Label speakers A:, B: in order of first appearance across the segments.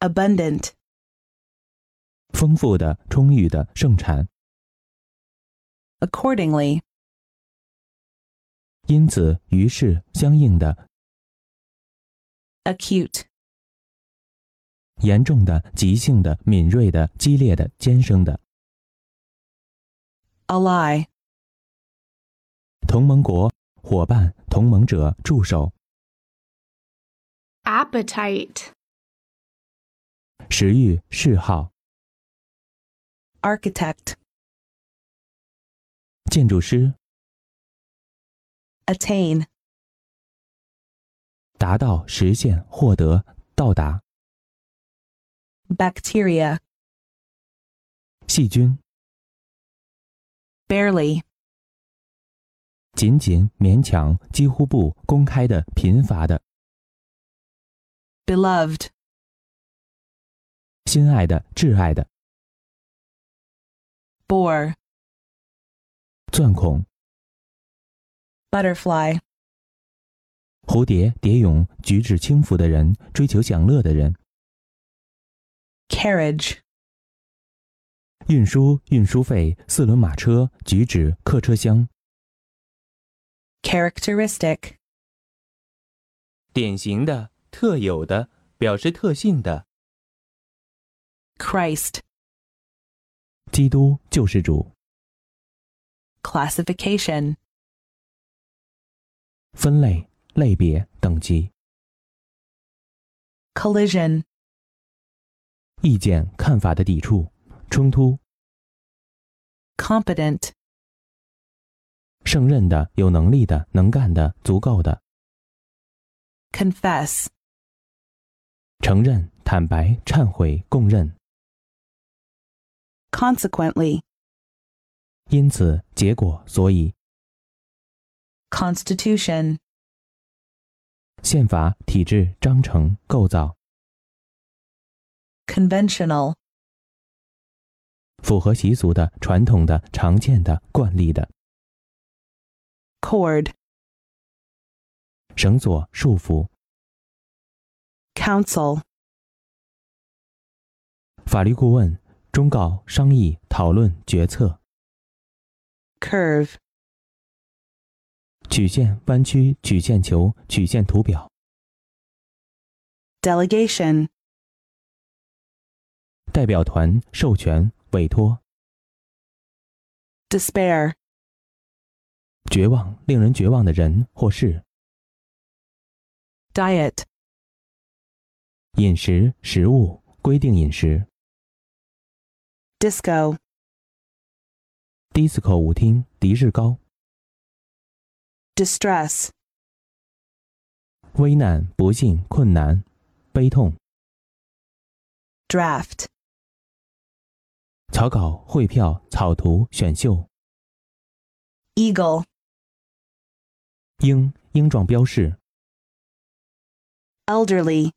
A: abundant,
B: 丰富的、充裕的、盛产。
A: accordingly,
B: 因此，于是相应的、
A: acute,
B: 严重的、急性的、敏锐的、激烈的、尖生的。
A: ally,
B: 同盟国、伙伴、同盟者、助手、
C: appetite,
B: 食欲、嗜好、
A: architect,
B: 建筑师、
A: attain,
B: 达到、实现、获得、到达、
A: bacteria,
B: 细菌、
A: barely,
B: 仅仅、勉强、几乎不公开的、贫乏的、
A: beloved,
B: 心爱的、挚爱的、
A: bore,
B: 钻孔、
A: butterfly,
B: 蝴蝶、蝶蛹、举止轻浮的人、追求享乐的人、
A: carriage,
B: 运输、运输费、四轮马车、举止、客车厢、
A: characteristic,
B: 典型的、特有的、表示特性的
A: Christ,
B: 基督救世主
A: classification,
B: 分类、类别、等级、
A: collision,
B: 意见、看法的抵触、冲突、
A: competent,
B: 胜任的、有能力的、能干的、足够的、
A: confess,
B: 承认、坦白、忏悔、供认。
A: consequently,
B: 因此，结果，所以，
A: constitution,
B: 宪法、体制、章程、构造，
A: conventional,
B: 符合习俗的、传统的、常见的、惯例的。
A: cord,
B: 绳索、束缚、
A: counsel,
B: 法律顾问、忠告、商议、讨论、决策、
A: curve,
B: 曲线、弯曲、曲线球、曲线图表、
A: delegation,
B: 代表团、授权、委托、
A: despair,
B: 绝望、令人绝望的人或事、
A: diet,
B: 饮食、食物、规定饮食、
A: disco,
B: disco 舞厅、迪士高、
A: distress,
B: 危难、不幸、困难、悲痛、
A: draft,
B: 草稿、汇票、草图、选秀、
A: eagle,
B: 鹰、鹰状标示、
A: elderly,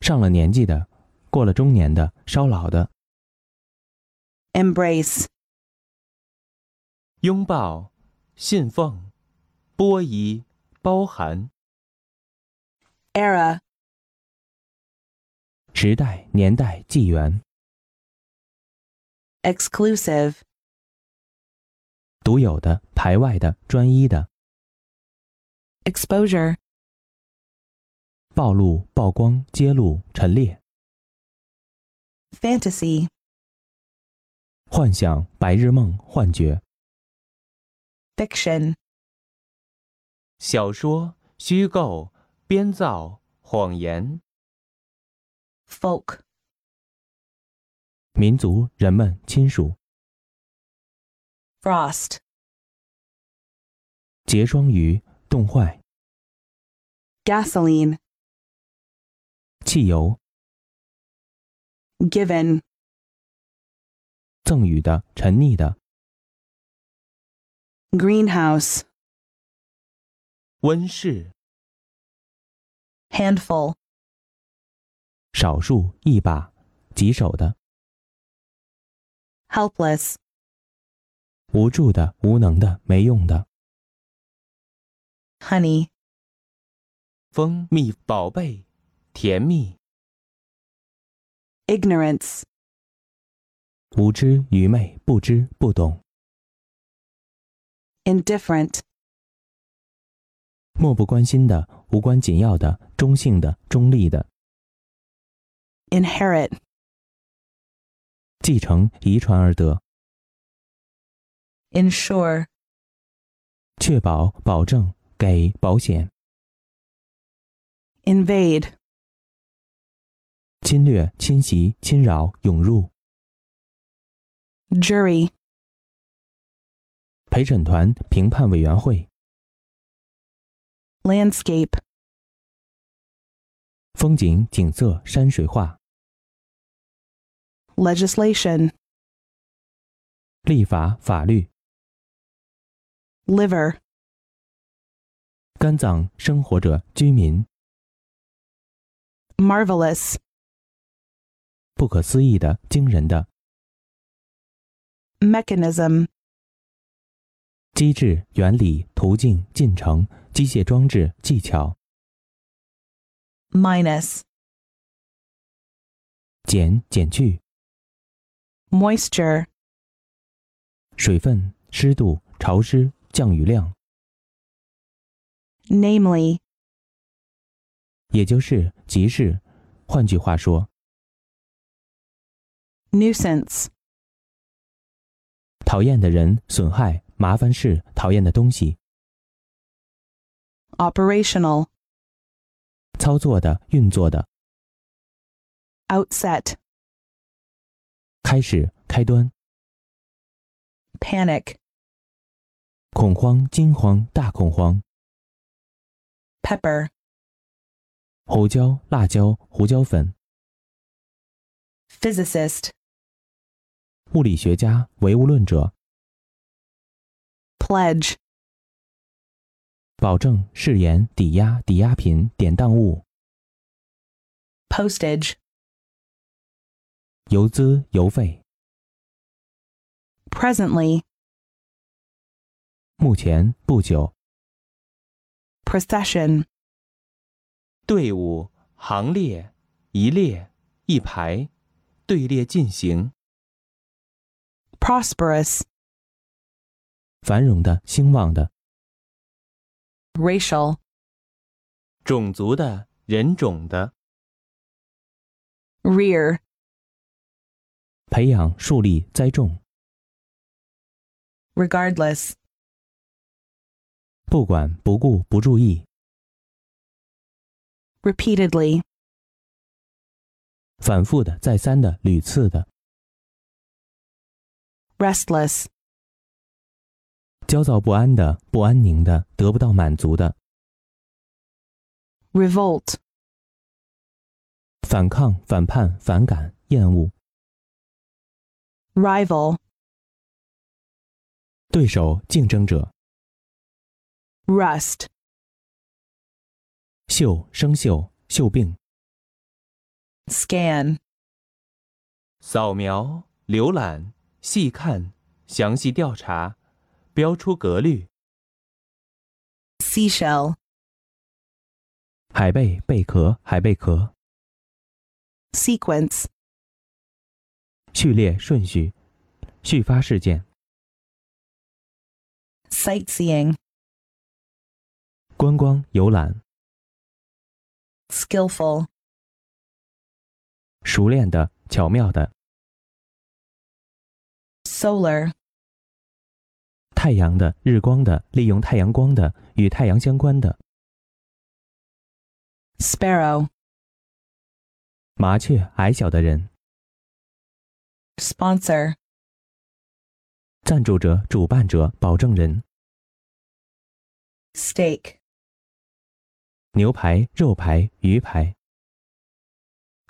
B: 上了年纪的、过了中年的、稍老的。
A: embrace,
D: 拥抱、信奉、波移、包含、
A: era,
B: 时代、年代、纪元，
A: exclusive,
B: 独有的、排外的、专一的、
A: exposure,
B: 暴露、曝光、揭露、陈列、
A: fantasy,
B: 幻想、白日梦、幻觉、
A: fiction,
D: 小说、虚构、编造、谎言、
A: folk,
B: 民族、人们、亲属、
A: frost,
B: 结霜雨、冻坏、
A: gasoline,
B: 汽油、
A: given,
B: 赠予的、沉溺的、
A: greenhouse,
D: 温室、
A: handful,
B: 少数、一把、棘手的、
A: helpless,
B: 无助的、无能的、没用的、
A: honey,
D: 蜂蜜、宝贝、甜蜜、
A: ignorance,
B: 无知、愚昧、不知、不懂，
A: indifferent,
B: 漠不关心的、无关紧要的、中性的、中立的，
A: inherit,
B: 继承、遗传而得，
A: insure,
B: 确保、保证、给保险、
A: invade,
B: 侵略、侵袭、侵扰、涌入、
A: jury,
B: 陪审团、评判委员会、
A: landscape,
B: 风景、景色、山水画、
A: legislation,
B: 立法、法律、
A: liver,
B: 肝脏、生活者、居民、
A: marvelous,
B: 不可思议的、惊人的、
A: mechanism,
B: 机制、原理、途径、进程、机械装置、技巧、
A: minus,
B: 减减去、
A: moisture,
B: 水分、湿度、潮湿、降雨量，
A: namely,
B: 也就是即是。换句话说，
A: nuisance,
B: 讨厌的人、损害、麻烦事、讨厌的东西、
A: operational,
B: 操作的、运作的、
A: outset,
B: 开始、开端、
A: panic,
B: 恐慌、惊慌、大恐慌、
A: pepper,
B: 胡椒、辣椒、胡椒粉、
A: physicist,
B: 物理学家、唯物论者、
A: pledge,
B: 保证、誓言、抵押、抵押品、典当物、
A: postage,
B: 邮资、邮费。
A: presently,
B: 目前不久，
A: procession,
D: 队伍行列，一列一排，队列进行。
A: prosperous,
B: 繁荣的、兴旺的、
A: racial,
D: 种族的、人种的、
A: rear,
B: 培养、树立、栽种，
A: regardless,
B: 不管不顾不注意，
A: repeatedly,
B: 反复的、再三的、屡次的，
A: restless,
B: 焦躁不安的、不安宁的、得不到满足的，
A: revolt,
B: 反抗、反叛、反感、厌恶，
A: rival,
B: 对手、竞争者，
A: rust,
B: 锈、生锈、锈病，
A: scan,
D: 扫描、浏览、细看、详细调查，标出格律。
A: seashell,
B: 海贝、贝壳、海贝壳，
A: sequence,
B: 序列、顺序，续发事件，
A: sightseeing,
B: 观光、游览。
A: skillful,
B: 熟练的、巧妙的、
A: solar,
B: 太阳的、日光的、利用太阳光的、与太阳相关的、
A: sparrow,
B: 麻雀、矮小的人、
A: sponsor,
B: 赞助者、主办者、保证人、
A: steak,
B: 牛排、肉排、鱼排、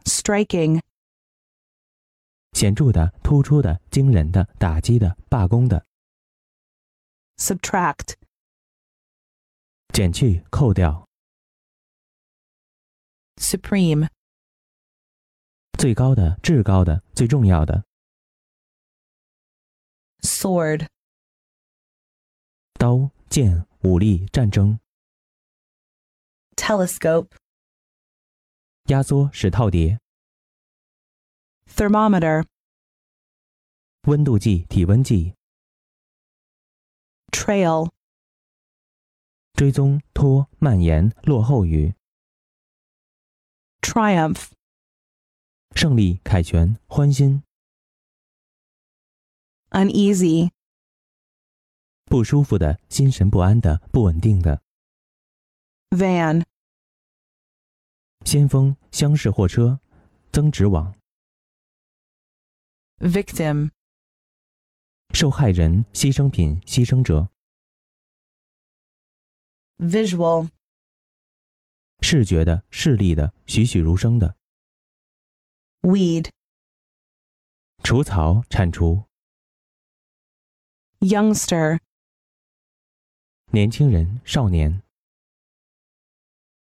A: striking,
B: 显著的、突出的、惊人的、打击的、罢工的、
A: subtract,
B: 减去、扣掉、
A: supreme,
B: 最高的、至高的、最重要的、
A: sword,
B: 刀、剑、武力、战争、
A: telescope,
B: 压缩、使套叠、
A: thermometer,
B: 温度计、体温计、
A: trail,
B: 追踪、拖、蔓延、落后于、
A: triumph,
B: 胜利、凯旋、欢欣、
A: uneasy,
B: 不舒服的、心神不安的、不稳定的、
A: van,
B: 先锋、厢式货车、增值网、
A: victim,
B: 受害人、牺牲品、牺牲者、
A: visual,
B: 视觉的、视力的、栩栩如生的、
A: weed,
B: 除草、铲除、
A: youngster,
B: 年轻人、少年、